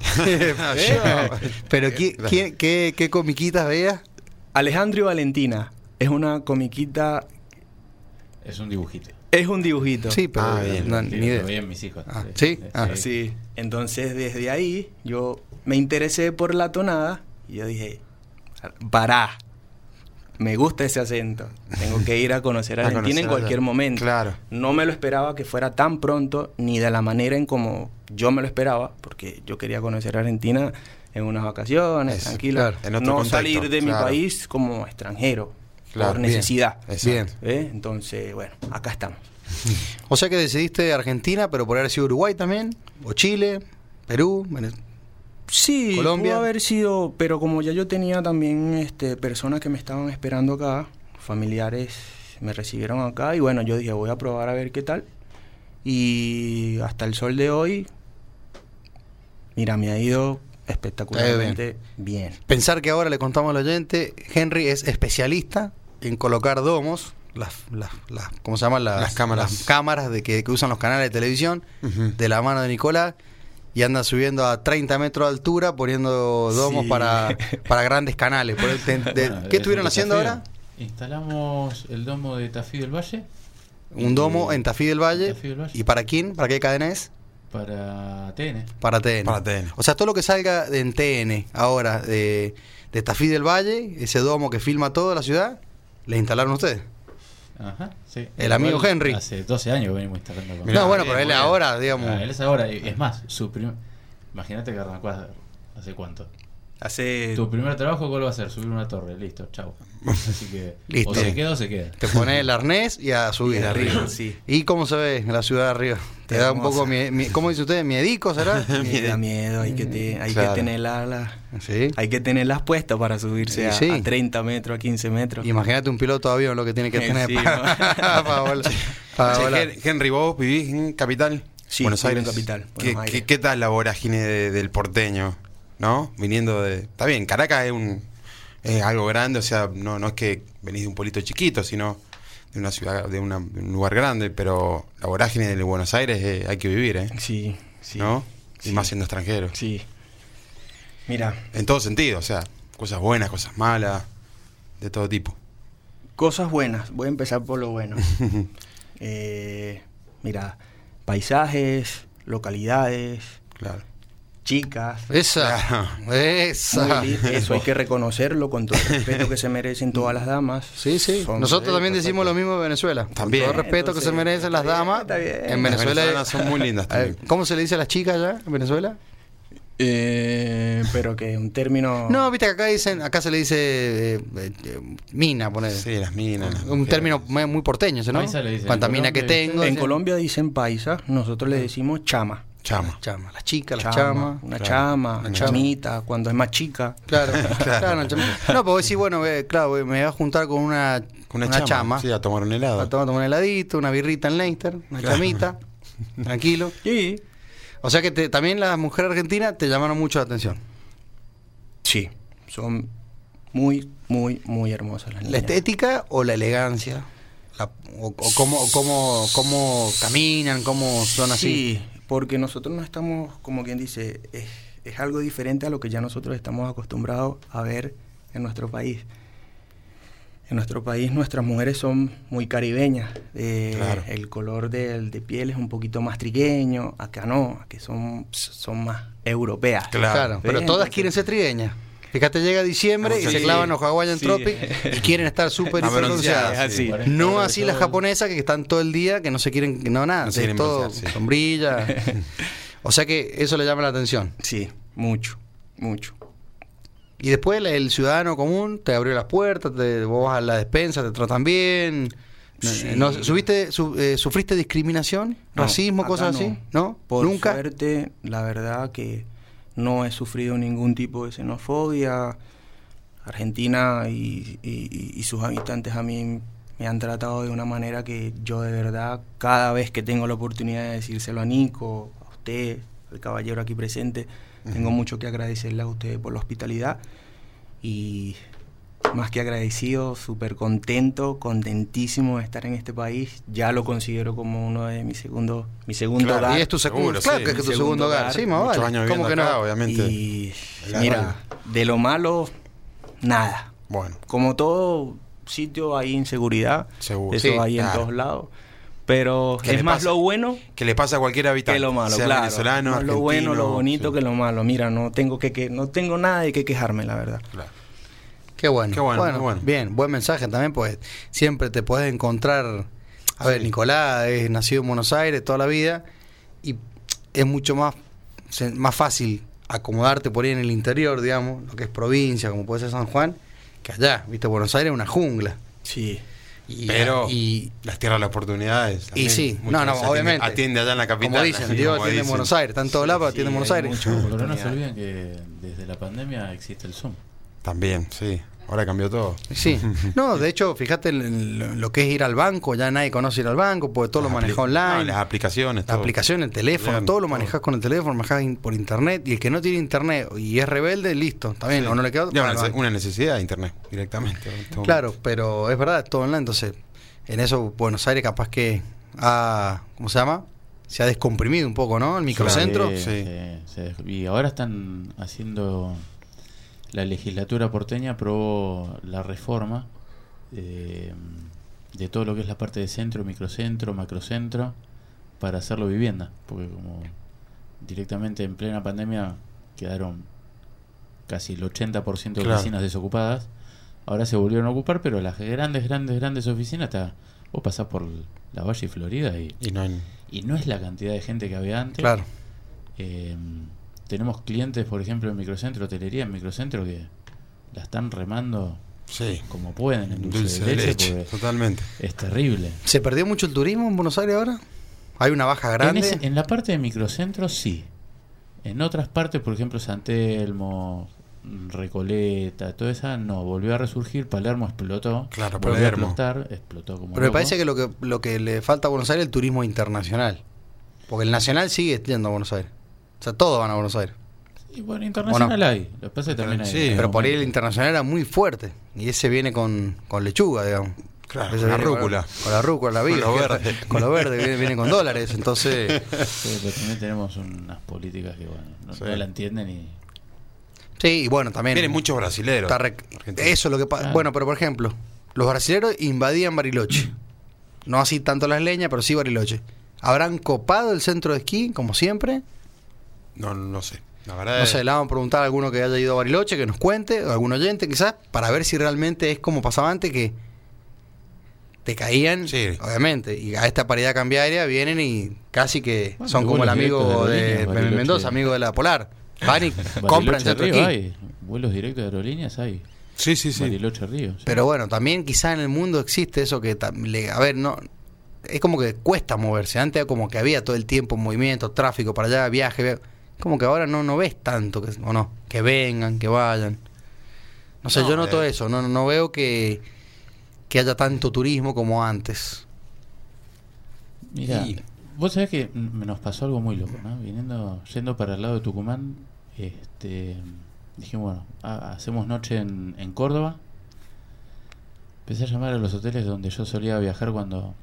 B: Ah, pero ¿qué, qué, qué- qué comiquitas veas?
E: Alejandro y Valentina es una comiquita,
D: Es un dibujito.
E: es un dibujito.
B: Sí, pero
C: Ah, bien.
B: no,
D: Sí,
B: ni
D: lo
B: idea.
D: veían mis hijos.
B: Ah, ¿sí? Ah,
E: Sí. Entonces desde ahí yo me interesé por la tonada y yo dije, pará, me gusta ese acento, tengo que ir a conocer a
C: A
E: Argentina en
C: conocer-
E: cualquier momento.
C: Claro.
E: No me lo esperaba que fuera tan pronto ni de la manera en como yo me lo esperaba, porque yo quería conocer a Argentina en unas vacaciones,
C: Es-
E: tranquilo,
B: claro,
C: en otro
E: no
C: contexto,
E: salir de mi
C: claro.
E: país como extranjero
C: Claro,
E: por
C: bien.
E: necesidad.
C: Exacto.
B: Bien.
E: ¿Eh? Entonces, bueno, acá estamos.
B: O sea que decidiste Argentina, pero por haber sido Uruguay también, o Chile, Perú, Vene-
E: Sí,
B: Colombia.
E: pudo haber sido, pero como ya yo tenía también este, personas que me estaban esperando acá, familiares me recibieron acá y bueno, yo dije voy a probar a ver qué tal. Y hasta el sol de hoy, mira, me ha ido espectacularmente bien.
B: Pensar que ahora le contamos al oyente, Henry es especialista en colocar domos, las, las, las- ¿cómo se llaman?
C: Las cámaras.
B: las cámaras de que, que usan los canales de televisión,
C: Ujú.
B: de la mano de Nicolás, y anda subiendo a 30 metros de altura poniendo domos
E: Sí.
B: para, para grandes canales. Por el- de- de-
D: Bueno,
B: ¿Qué
D: es
B: estuvieron
D: un
B: haciendo
D: desafío.
B: ahora?
D: Instalamos el domo de Tafí del Valle
B: Un domo en Tafí del Valle.
D: Tafí del Valle.
B: ¿Y para quién? ¿Para qué cadena es?
D: para TN.
B: Para TN.
C: Para TN.
B: O sea, todo lo que salga de- en TN ahora de, de Tafí del Valle, ese domo que filma toda la ciudad, le instalaron ustedes.
D: Ajá, sí.
B: El amigo Henry.
D: Hace 12 años venimos instalando. con-
C: Mirá,
B: no, bueno,
C: bien,
B: pero él
C: muy bien.
B: ahora, digamos.
D: Ah, él es ahora, y- es más, su prim- Imagínate que arrancó hace- hace cuánto.
E: Hace
D: Tu primer trabajo, ¿cuál va a ser? Subir una torre, listo, chao. Así que,
B: Listo.
D: o se queda o se queda.
B: Te pones el arnés y a subir.
E: arriba, sí.
B: ¿Y cómo se ve la ciudad de arriba? Te da un poco, mie- mie- ¿cómo dice usted? ¿Miedico será?
E: me da miedo, hay que, te- hay
C: Claro.
E: que tener la- la-
B: Sí.
E: hay que tenerlas puestas para subirse a,
B: Sí.
E: a 30 metros, a 15 metros.
B: Imagínate un piloto de avión lo que tiene que
E: Sí,
B: tener
E: sí,
B: para,
E: ¿no?
B: para volar. para
C: Che,
B: volar.
C: Hen- Henry, vos vivís en Capital.
E: Ah, Sí,
C: Buenos
E: vivo en
C: Aires.
E: Capital,
C: ¿Qué,
E: Buenos
C: qué-
E: Aires.
C: qué tal la vorágine de- del porteño? ¿No? Viniendo de. Está bien, Caracas es un es algo grande, o sea, no, no es que venís de un pueblito chiquito, sino de una ciudad, de, una- de un lugar grande, pero la vorágine de Buenos Aires eh, hay que vivir, ¿eh?
E: Sí, sí.
C: ¿No? Y
E: Sí.
C: más siendo extranjero.
E: Sí. Mira,
C: En todo sentido, o sea, cosas buenas, cosas malas, de todo tipo.
E: Cosas buenas, voy a empezar por lo bueno. Eh, mira, paisajes, localidades,
C: Claro.
E: chicas.
B: Esa, esa.
E: Muy li- Eso hay que reconocerlo con todo el respeto que se merecen todas las damas.
B: Sí, sí.
E: Son-
B: Nosotros
C: sí,
B: también decimos lo
C: perfecto.
B: mismo de Venezuela.
C: También.
B: Con todo el respeto que se
E: Entonces,
B: merecen las
E: está bien,
B: damas.
E: está bien.
B: En
C: Las
B: Venezuela.
C: venezolanas son muy lindas
B: A ver,
C: también.
B: ¿Cómo se le dice a las chicas allá en Venezuela?
E: Eh, pero que un término...
B: No, viste que acá dicen, acá se le dice eh, eh, eh, mina, poner.
C: Sí, las minas. las
B: Un
C: mujeres.
B: término muy muy porteño, ¿no?
D: Paisa le dicen.
B: Cuánta
D: En
B: mina que
D: Colombia,
B: tengo.
E: en
B: dicen,
E: Colombia dicen paisa, nosotros le decimos chama.
C: Chama.
B: Chama, las chicas, las chamas.
E: una
C: claro.
E: chama,
B: Una
E: una
B: chama.
E: chamita, cuando es más chica.
B: Claro, claro, una chama. No, pues vos decís, bueno, eh, claro, eh, me voy a juntar con una,
C: Una,
B: una
C: chama.
B: chama.
C: Sí, a tomar un helado.
B: a tomar, tomar un heladito, una birrita en Leinster, una chamita, tranquilo.
E: Sí.
B: O sea que te- también las mujeres argentinas te llamaron mucho la atención.
E: Sí, son muy, muy, muy hermosas las
B: ¿La
E: niñas.
B: estética o la elegancia? La- o, o cómo, o cómo, cómo caminan, cómo son así.
E: Sí, porque nosotros no estamos, como quien dice, es, es algo diferente a lo que ya nosotros estamos acostumbrados a ver en nuestro país. En nuestro país nuestras mujeres son muy caribeñas, eh,
C: Claro.
E: el color del de piel es un poquito más trigueño, acá no, que son, son más europeas.
B: Claro,
C: Claro.
B: pero
E: Sí,
B: todas
E: entonces-
B: quieren ser trigueñas. Fíjate, llega diciembre y
C: Sí.
B: se clavan los Hawaiian
D: Sí.
B: Tropic y quieren estar súper
C: Ah,
B: hiper
C: bronceadas,
B: bronceadas.
C: sí.
D: Parece
B: No
D: que
B: así
D: todo
B: las
D: el-
B: japonesas que están todo el día, que no se quieren, que no nada,
C: No se
B: de
C: quieren
B: todo,
C: broncear, sí.
B: sombrilla. o sea que eso le llama la atención.
E: Sí, mucho, mucho.
B: Y después la- el ciudadano común te abrió las puertas, te, vos vas a la despensa, te tratan bien. No-
E: Sí.
B: no- subiste, su- eh, ¿Sufriste discriminación,
E: No,
B: racismo,
E: acá
B: cosas así? ¿No?
E: Por
B: ¿Nunca?
E: suerte, la verdad que no he sufrido ningún tipo de xenofobia. Argentina y, y- y sus habitantes a mí me han tratado de una manera que yo de verdad, cada vez que tengo la oportunidad de decírselo a Nico, a usted, al caballero aquí presente, tengo mucho que agradecerle a usted por la hospitalidad y más que agradecido, súper contento, contentísimo de estar en este país. Ya lo considero como uno de mis segundos, mi segundo
C: Claro,
E: hogar.
B: Y es tu segundo,
C: Seguro,
B: claro
C: sí.
B: que es tu
E: Mi
B: segundo
E: segundo
B: hogar,
E: hogar,
B: sí, más
C: Muchos
B: vale.
C: años
B: ¿Cómo
C: viviendo
B: que no?
C: acá, obviamente.
E: Y
C: La radio.
E: mira, de lo malo, nada.
C: Bueno.
E: Como todo sitio hay inseguridad,
C: Seguro.
E: eso
B: Sí,
E: hay
C: claro.
E: en todos lados. Pero
C: ¿Qué le
E: es más
C: pasa?
E: lo bueno
C: Que le pasa a cualquier habitante.
E: que lo malo,
C: sea
E: claro.
C: venezolano,
E: Más lo bueno, lo
C: argentino,
E: bonito
C: sí.
E: que lo malo. Mira, no tengo que, que- no tengo nada de qué quejarme, la verdad.
C: Claro.
B: Qué bueno.
C: Qué bueno, qué bueno.
B: Bien, buen mensaje también, pues siempre te puedes encontrar. A ver, Nicolás es nacido en Buenos Aires toda la vida y es mucho más, se- más fácil acomodarte por ahí en el interior, digamos, lo que es provincia, como puede ser San Juan, que allá, viste, Bunos Aires es una jungla.
E: Sí.
B: Y, ah,
C: Pero
B: y,
C: las tierras de las oportunidades. también.
B: sí,
C: Muchas
B: no, no,
C: veces atiende-
B: obviamente.
C: Atiende allá en la capital.
B: como dicen,
C: así
B: Dios
C: como
B: atiende en
C: dicen.
B: Buenos Aires, está en todos lados, pero
E: sí,
B: atiende en Buenos
E: hay
B: Aires.
E: mucho.
D: Pero no se
E: oportunidad.
D: olviden que desde la pandemia existe el Zoom.
C: También, sí. Ahora cambió todo.
B: Sí, no, de hecho, fíjate en- en lo- lo que es ir al banco, ya nadie conoce ir al banco, porque todo
C: Las
B: lo maneja
C: apli-
B: online.
C: no, las aplicaciones.
B: La
C: todo.
B: aplicación, el teléfono,
C: Bien,
B: todo lo
C: todo.
B: manejas con el teléfono, manejas in- por internet. Y el que no tiene internet y es rebelde, listo, está bien,
C: Sí.
B: o no le queda otra,
C: Ya,
B: va
C: una,
B: al
C: nece-
B: banco.
C: una necesidad de internet directamente. en todo
B: Claro, pero es verdad, es todo online. Entonces, en eso Buenos Aires capaz que ha, ¿cómo se llama? Se ha descomprimido un poco, ¿no? El microcentro.
D: Sí,
C: Sí.
D: sí, sí. Y ahora están haciendo. La legislatura porteña aprobó la reforma eh, de todo lo que es la parte de centro, microcentro, macrocentro, para hacerlo vivienda. Porque, como directamente en plena pandemia quedaron casi el 80% de
C: Claro.
D: oficinas desocupadas. Ahora se volvieron a ocupar, pero las grandes, grandes, grandes oficinas, está, vos pasás por la Valle y Florida y,
C: Y no hay-
D: y no es la cantidad de gente que había antes.
B: Claro.
D: Eh, tenemos clientes, por ejemplo, en microcentro, hotelería en microcentro, que la están remando
C: Sí.
D: como pueden en dulce,
C: Dulce de
D: de leche, pues.
C: leche. Totalmente.
D: porque es terrible.
B: ¿Se perdió mucho el turismo en Buenos Aires ahora? ¿Hay una baja
D: En,
B: grande?
D: ese- en la parte de microcentro, sí. En otras partes, por ejemplo, San Telmo, Recoleta, toda esa, no. Volvió a resurgir, Palermo explotó.
C: Claro,
D: volvió
C: Palermo.
D: a explotar, explotó como
B: Pero me
D: loco.
B: parece que lo, que lo que le falta a Buenos Aires es el turismo internacional. Porque el nacional sigue yendo a Buenos Aires. O sea, todos van a Buenos Aires.
D: Y bueno, internacional
B: ¿O no?
D: hay. Lo que pasa es que también hay.
C: Sí,
D: hay
B: Pero por ahí el
D: momentos.
B: internacional era muy fuerte. Y ese viene con, con lechuga, digamos.
C: Claro,
B: Ese
C: con la
B: viene
C: rúcula.
B: Con, la rúcula, la
C: Con
B: vida.
C: lo
B: que-
C: verde.
B: Con lo verde, viene, viene con dólares. Entonces,
D: Sí, pero también tenemos unas políticas que, bueno, no,
C: Sí.
D: no la entienden y.
B: sí, y bueno, también.
C: Vienen muchos brasileros.
B: está re-
C: Argentina.
B: eso es lo que pasa.
D: Claro.
B: Bueno, pero por ejemplo, los brasileros invadían Bariloche. No así tanto las leñas, pero sí Bariloche. ¿Habrán copado el centro de esquí, como siempre?
C: No, no sé. La verdad
B: No
C: es-
B: sé, le vamos a preguntar a alguno que haya ido a Bariloche, que nos cuente, o algún oyente quizás, para ver si realmente es como pasaba antes, que te caían,
C: Sí.
B: obviamente, y a esta paridad cambiaria vienen y casi que
D: Bueno,
B: son como el
D: vuelos
B: amigo
D: directos de
B: de,
D: aerolíneas,
B: Ben Mendoza,
D: Bariloche.
B: amigo de la Polar. Van y compran
D: Bariloche
B: centro
D: Río
B: esquí.
D: hay. Vuelos directos de aerolíneas hay.
C: Sí, sí, sí.
D: Bariloche Río. sí.
B: Pero bueno, también quizá en el mundo existe eso que, tam- le- a ver, no es como que cuesta moverse. Antes como que había todo el tiempo movimiento, tráfico para allá, viaje. via- Como que ahora no, no ves tanto, que, o no, que vengan, que vayan. No sé,
C: No,
B: yo noto
C: eh.
B: eso, no, no veo que, que haya tanto turismo como antes.
D: Mira,
C: Y-
D: vos sabés que mm, nos pasó algo muy loco, ¿no? Viniendo, yendo para el lado de Tucumán, este, dijimos, bueno, ha- hacemos noche en, en Córdoba. Empecé a llamar a los hoteles donde yo solía viajar cuando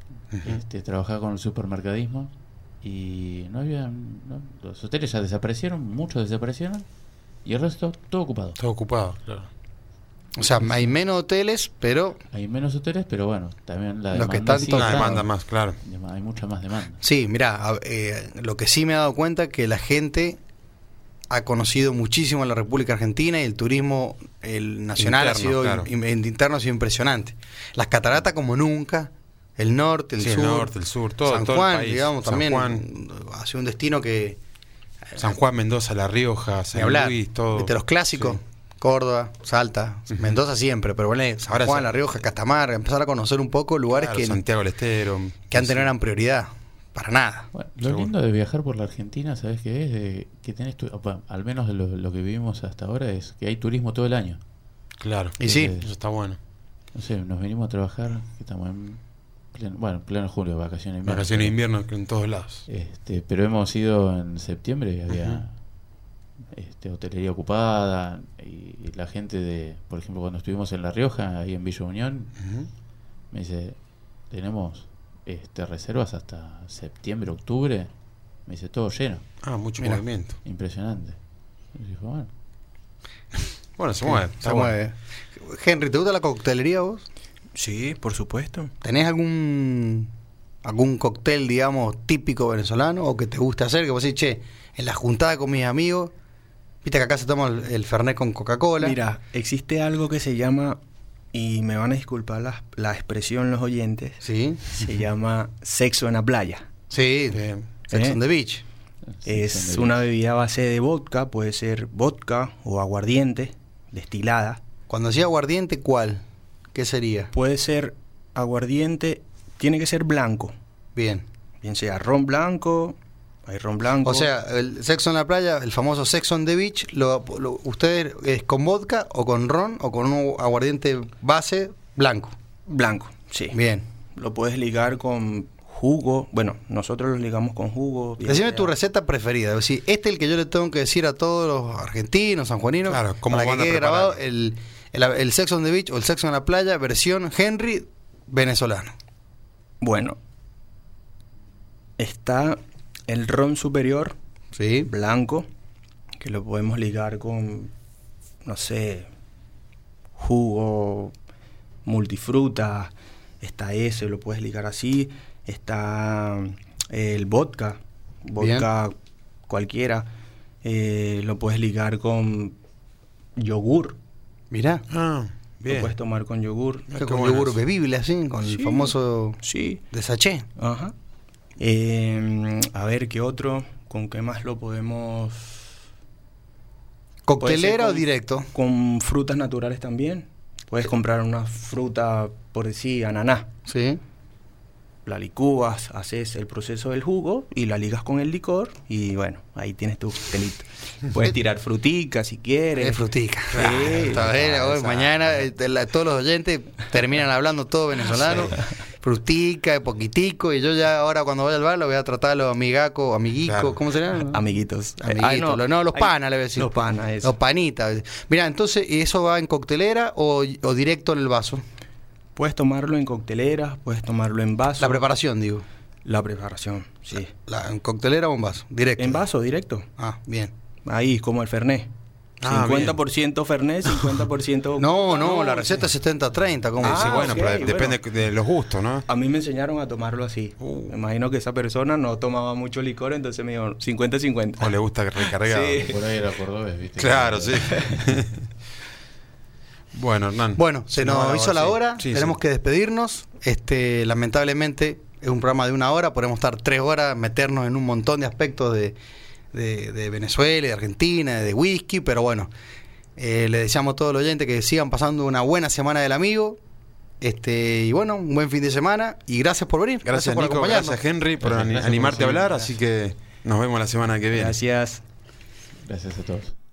D: este, trabajaba con el supermercadismo y no había, no, los hoteles ya desaparecieron, muchos desaparecieron y el resto todo ocupado.
C: Está ocupado, claro.
B: O sea, hay menos hoteles, pero
D: Hay menos hoteles, pero bueno, también la
B: Los que
D: demanda
B: están
D: sigue
C: Una
B: tocados.
D: estando.
C: demanda más, claro.
D: Dema- Hay mucha más demanda.
B: Sí, mira, lo que sí me he dado cuenta que la gente ha conocido muchísimo a la República Argentina y el turismo el nacional
C: Interno,
B: ha
C: claro.
B: sido im- im- interno ha sido impresionante. Las cataratas como nunca, el norte, el
C: Sí, el
B: sur,
C: norte, el sur, todo-
B: San
C: todo el
B: Juan,
C: país.
B: digamos,
C: San
B: también
C: Juan.
B: ha sido un destino que
C: San Juan, Mendoza, La Rioja,
B: ni
C: San
B: hablar,
C: Luis, todo.
B: viste, los clásicos,
C: Sí.
B: Córdoba, Salta, Mendoza siempre, pero bueno, San
C: Ahora
B: Juan,
C: San-
B: La Rioja, Catamarca, empezar a conocer un poco lugares
C: Claro,
B: que,
C: Santiago del Estero.
B: que antes no eran prioridad, para nada.
D: Bueno, lo
C: Seguro.
D: lindo de viajar por la Argentina, ¿sabes qué es? De que tenés tu- opa, al menos de lo, lo que vivimos hasta ahora es que hay turismo todo el año.
C: Claro.
B: Y sí,
D: Eh,
C: Eso está bueno.
D: No sé, nos venimos a trabajar, que estamos en pleno, bueno, en pleno julio, vacaciones de invierno.
C: Vacaciones de invierno en todos lados.
D: Este, pero hemos ido en septiembre y había este, hotelería ocupada y, y la gente de, por ejemplo, cuando estuvimos en La Rioja, ahí en Villa Unión,
C: Ujú.
D: me dice, tenemos este, reservas hasta septiembre, octubre, me dice, todo lleno,
C: Ah, mucho
B: Mira.
C: movimiento.
D: impresionante. Y dijo, bueno,
C: Bueno, se mueve. está
B: Se
C: bueno.
B: mueve. eh. Henry, ¿te gusta la coctelería vos?
E: Sí, por supuesto.
B: ¿Tenés algún algún cóctel, digamos, típico venezolano o que te guste hacer? Que vos decís, che, en la juntada con mis amigos, viste que acá se toma el, el Fernet con Coca-Cola.
E: Mira, existe algo que se llama, y me van a disculpar la, la expresión los oyentes,
B: Sí,
E: se llama sexo en la playa.
B: sí.
C: Bien.
B: Sex
E: Eh.
B: on the Beach.
E: Es una bebida a base de vodka, puede ser vodka o aguardiente, destilada.
B: Cuando decía aguardiente, ¿cuál? ¿Qué sería?
E: Puede ser aguardiente, tiene que ser blanco,
B: Bien.
E: bien sea ron blanco, hay ron blanco.
B: O sea, el sexo en la playa, el famoso sexo on the beach, lo, lo- ¿ustedes es con vodka o con ron o con un aguardiente base blanco?
E: blanco, sí.
B: Bien.
E: Lo puedes ligar con jugo, bueno, nosotros lo ligamos con jugo. bien
B: Decime
E: sea-
B: tu receta preferida. Es decir, este es el que yo le tengo que decir a todos los argentinos, sanjuaninos,
C: Claro, ¿cómo
B: para que
C: van a
B: quede
C: preparar?
B: grabado el, el, el sexo on the beach o el sexo en la playa versión Henry venezolano.
E: Bueno, está el ron superior
B: Sí.
E: blanco, que lo podemos ligar con, no sé, jugo, multifruta, está ese, lo puedes ligar así, está eh, el vodka, vodka cualquiera, eh, lo puedes ligar con yogur,
B: Mirá.
C: Ah,
E: lo
C: bien.
E: puedes tomar con yogur,
C: Ah,
B: Con
C: qué bueno
B: yogur
C: eso.
B: bebible, así, con el
E: Sí.
B: famoso
E: sí,
B: de sachet.
E: Ajá. Eh, a ver, ¿qué otro? ¿Con qué más lo podemos...?
B: ¿Coctelera
E: Puede ser
B: o
E: con-
B: directo?
E: Con frutas naturales también. Puedes comprar una fruta, por decir, ananá.
B: Sí.
E: La licúas, haces el proceso del jugo y la ligas con el licor y bueno, ahí tienes tu coctelito. Puedes tirar frutica si quieres.
B: Es frutica.
E: Sí,
B: Ah, esta vez,
E: claro,
B: hoy,
E: esa-
B: mañana eh, te la- todos los oyentes terminan hablando todo venezolano. Frutica, poquitico. Y yo ya ahora cuando vaya al bar lo voy a tratar a los amigacos, amiguicos,
C: Claro.
B: ¿cómo serán?
E: Amiguitos. Eh,
B: Amiguitos,
E: ay, no,
B: lo- no, los
E: ay,
B: panas le voy a decir.
E: Los panas, eso.
B: Los panitas. Mira, entonces, ¿y ¿eso va en coctelera o, o directo en el vaso?
E: Puedes tomarlo en cocteleras, puedes tomarlo en vaso.
B: La preparación, digo.
E: La preparación, sí.
B: La, ¿En coctelera o en vaso? Directo.
E: En vaso, directo.
B: Ah, bien.
E: Ahí, como el Fernet.
C: Ah, bien.
E: 50% Fernet, 50%
B: No, no, la receta es 70-30. como
C: Sí,
E: Ah,
C: bueno,
E: ok,
C: pero
E: bueno.
C: depende de los gustos, ¿no?
E: A mí me enseñaron a tomarlo así.
C: Uh.
E: Me imagino que esa persona no tomaba mucho licor, entonces me dijo 50-50.
C: O le gusta recargado.
E: Sí.
D: Por ahí era cordobés, ¿viste?
C: Claro, sí. bueno, Hernán.
B: Bueno, se, nos hizo la
C: sí.
B: hora,
C: Sí,
B: tenemos
C: sí.
B: que despedirnos. Este, lamentablemente es un programa de una hora, podemos estar tres horas, meternos en un montón de aspectos de, de- de Venezuela, de Argentina, de whisky, pero bueno, eh, le deseamos a todos los oyentes que sigan pasando una buena semana del amigo. Este, y bueno, un buen fin de semana y gracias por venir.
C: Gracias,
B: por
C: Nico,
B: acompañarnos.
C: gracias Henry por
D: Gracias,
C: ani-
D: gracias por
C: animarte a
D: recibirme.
C: hablar, así que nos vemos la semana que viene.
E: Gracias.
D: Gracias a todos.